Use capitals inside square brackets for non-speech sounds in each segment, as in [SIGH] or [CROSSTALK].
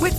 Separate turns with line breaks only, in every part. With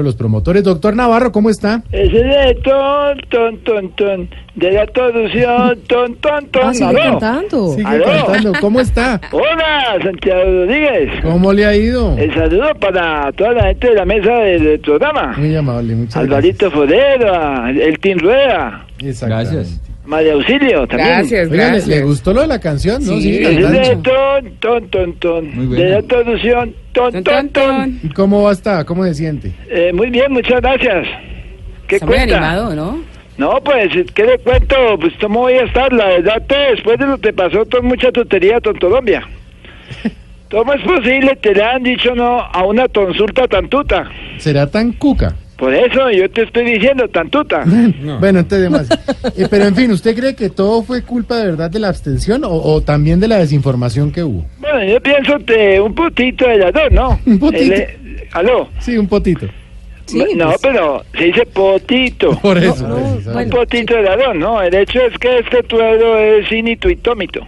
Los promotores, doctor Navarro, ¿cómo está?
Ese de ton, ton, ton, ton, de la traducción, ton, ton, ton.
Ah, sigue
Aló.
cantando.
Sigue
Aló.
cantando, ¿cómo está?
Hola, Santiago Rodríguez.
¿Cómo le ha ido?
El saludo para toda la gente de la mesa del, del programa.
Muy amable, muchas gracias.
Alvarito Forero, el Team Rueda,
Exactamente.
María Auxilio también.
Gracias,
Oiga, ¿le, le
gracias.
gustó lo de la canción? ¿No?
Sí.
Sigue
Ese de
cantando.
ton, ton, ton, ton, de la traducción, ton,
Ton,
ton,
ton,
ton.
¿Y cómo va está? ¿Cómo se siente?
Eh, muy bien, muchas gracias. ¿Qué
Está muy
cuenta?
animado, ¿no?
No, pues, ¿qué le cuento? Pues, ¿cómo voy a estar? La verdad, te- después de lo que pasó, con mucha
[LAUGHS]
tontería, tontolombia. ¿Cómo es posible que le han dicho no a una consulta tantuta?
¿Será tan cuca?
Por eso yo te estoy diciendo, tantuta.
[LAUGHS] Bueno, entonces demás. Eh, pero en fin, ¿usted cree que todo fue culpa de verdad de la abstención o, o también de la desinformación que hubo?
Bueno, yo pienso que un putito de las dos, ¿no?
[LAUGHS] Un potito.
El- eh, ¿Aló?
Sí, un potito.
Sí,
no,
pues.
pero se dice
[LAUGHS]
potito.
Por eso.
no,
pues,
bueno.
Un potito de las dos, ¿no? El hecho es que este pueblo es cínito y tómito.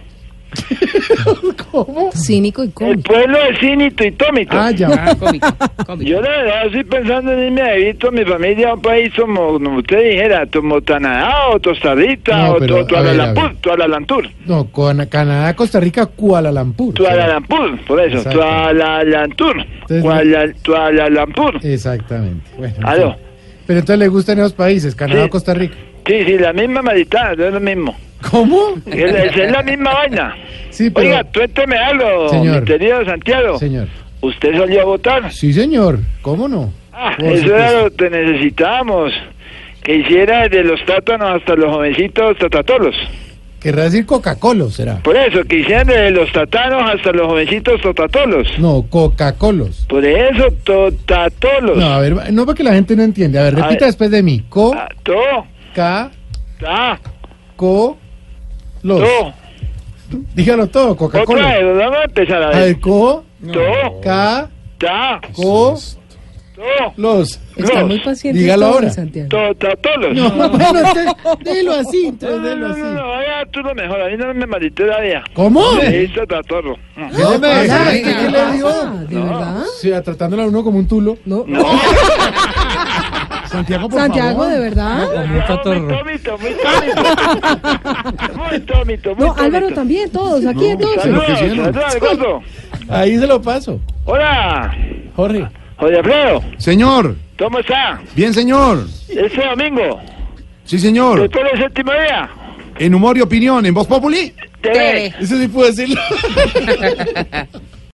¿Cómo?
Cínico y
El
cómico.
pueblo es cínito y tómito.
Ah, ya.
Ah, cómico, cómico.
Yo la verdad estoy pensando en irme a vivir con mi familia a un país como, como usted dijera, como Canadá o Tostadita
No,
o
pero,
tu-
a
Tuala
ver, a
Lampur,
ver.
Tuala Lantur,
No, con Canadá, Costa Rica, Kuala Lumpur.
Tuala Lampur, por eso,
Exacto.
Tuala Lantur,
no- Eh.
Kuala- Tuala Lampur.
Exactamente. Bueno, en
Aló.
fin. Pero entonces le gustan esos países, Canadá,
Sí.
Costa Rica.
Sí, sí, la misma marita, es lo mismo.
¿Cómo?
Es, es- es la misma vaina.
Sí, [LAUGHS] pero...
Oiga, cuénteme algo,
Señor.
mi querido Santiago.
Señor.
¿Usted salió a votar?
Sí, señor. ¿Cómo no?
Ah,
Por
eso era
supuesto.
lo que necesitábamos. Que hiciera de los tátanos hasta los jovencitos tatatolos.
Querrá decir Coca-Cola, ¿será?
Por eso, que hicieron desde los tatanos hasta los jovencitos totatolos.
No, Coca-Colos.
Por eso, totatolos.
No, a ver, no porque la gente no entiende. A ver,
A
repita
ver.
después de mí.
Ah, to,
Coca-Colos.
ta, to.
Dígalo todo,
Otra
Coca-Cola.
vez, vamos a empezar a
A
ver.
ver, Coca-Colos.
To, ta, to,
Eh,
Está
Los.
muy paciente.
Dígalo
todo,
ahora.
Santiago.
totatolos.
No, bueno, usted, dilo así,
No,
entonces,
no,
dilo
no, no,
así.
no, vaya, tú lo mejor, a mí no me malité la vida.
¿Cómo?
Me hizo tatolo.
No, hombre,
Hola,
¿qué-
venga,
¿Qué
¿qué
le dio?
pasa? Ah, ¿De verdad?
Sí, a- tratándola a uno como un tulo. No. Santiago, por
Santiago,
favor.
¿de verdad?
Muy tómito, muy tómito.
[LAUGHS]
Muy tómito, muy
No, Álvaro
tómito.
también, todos, aquí entonces.
Pero que
Saludos,
sí, ¿no?
saludos al gordo.
Ahí se lo paso.
Hola,
Jorge.
Jorge Alfredo,
Señor,
¿cómo está?
bien señor.
Este domingo,
Sí, señor.
doctor el séptimo día,
En humor y opinión, en Voz Populi.
TV.
Eso sí puedo decirlo.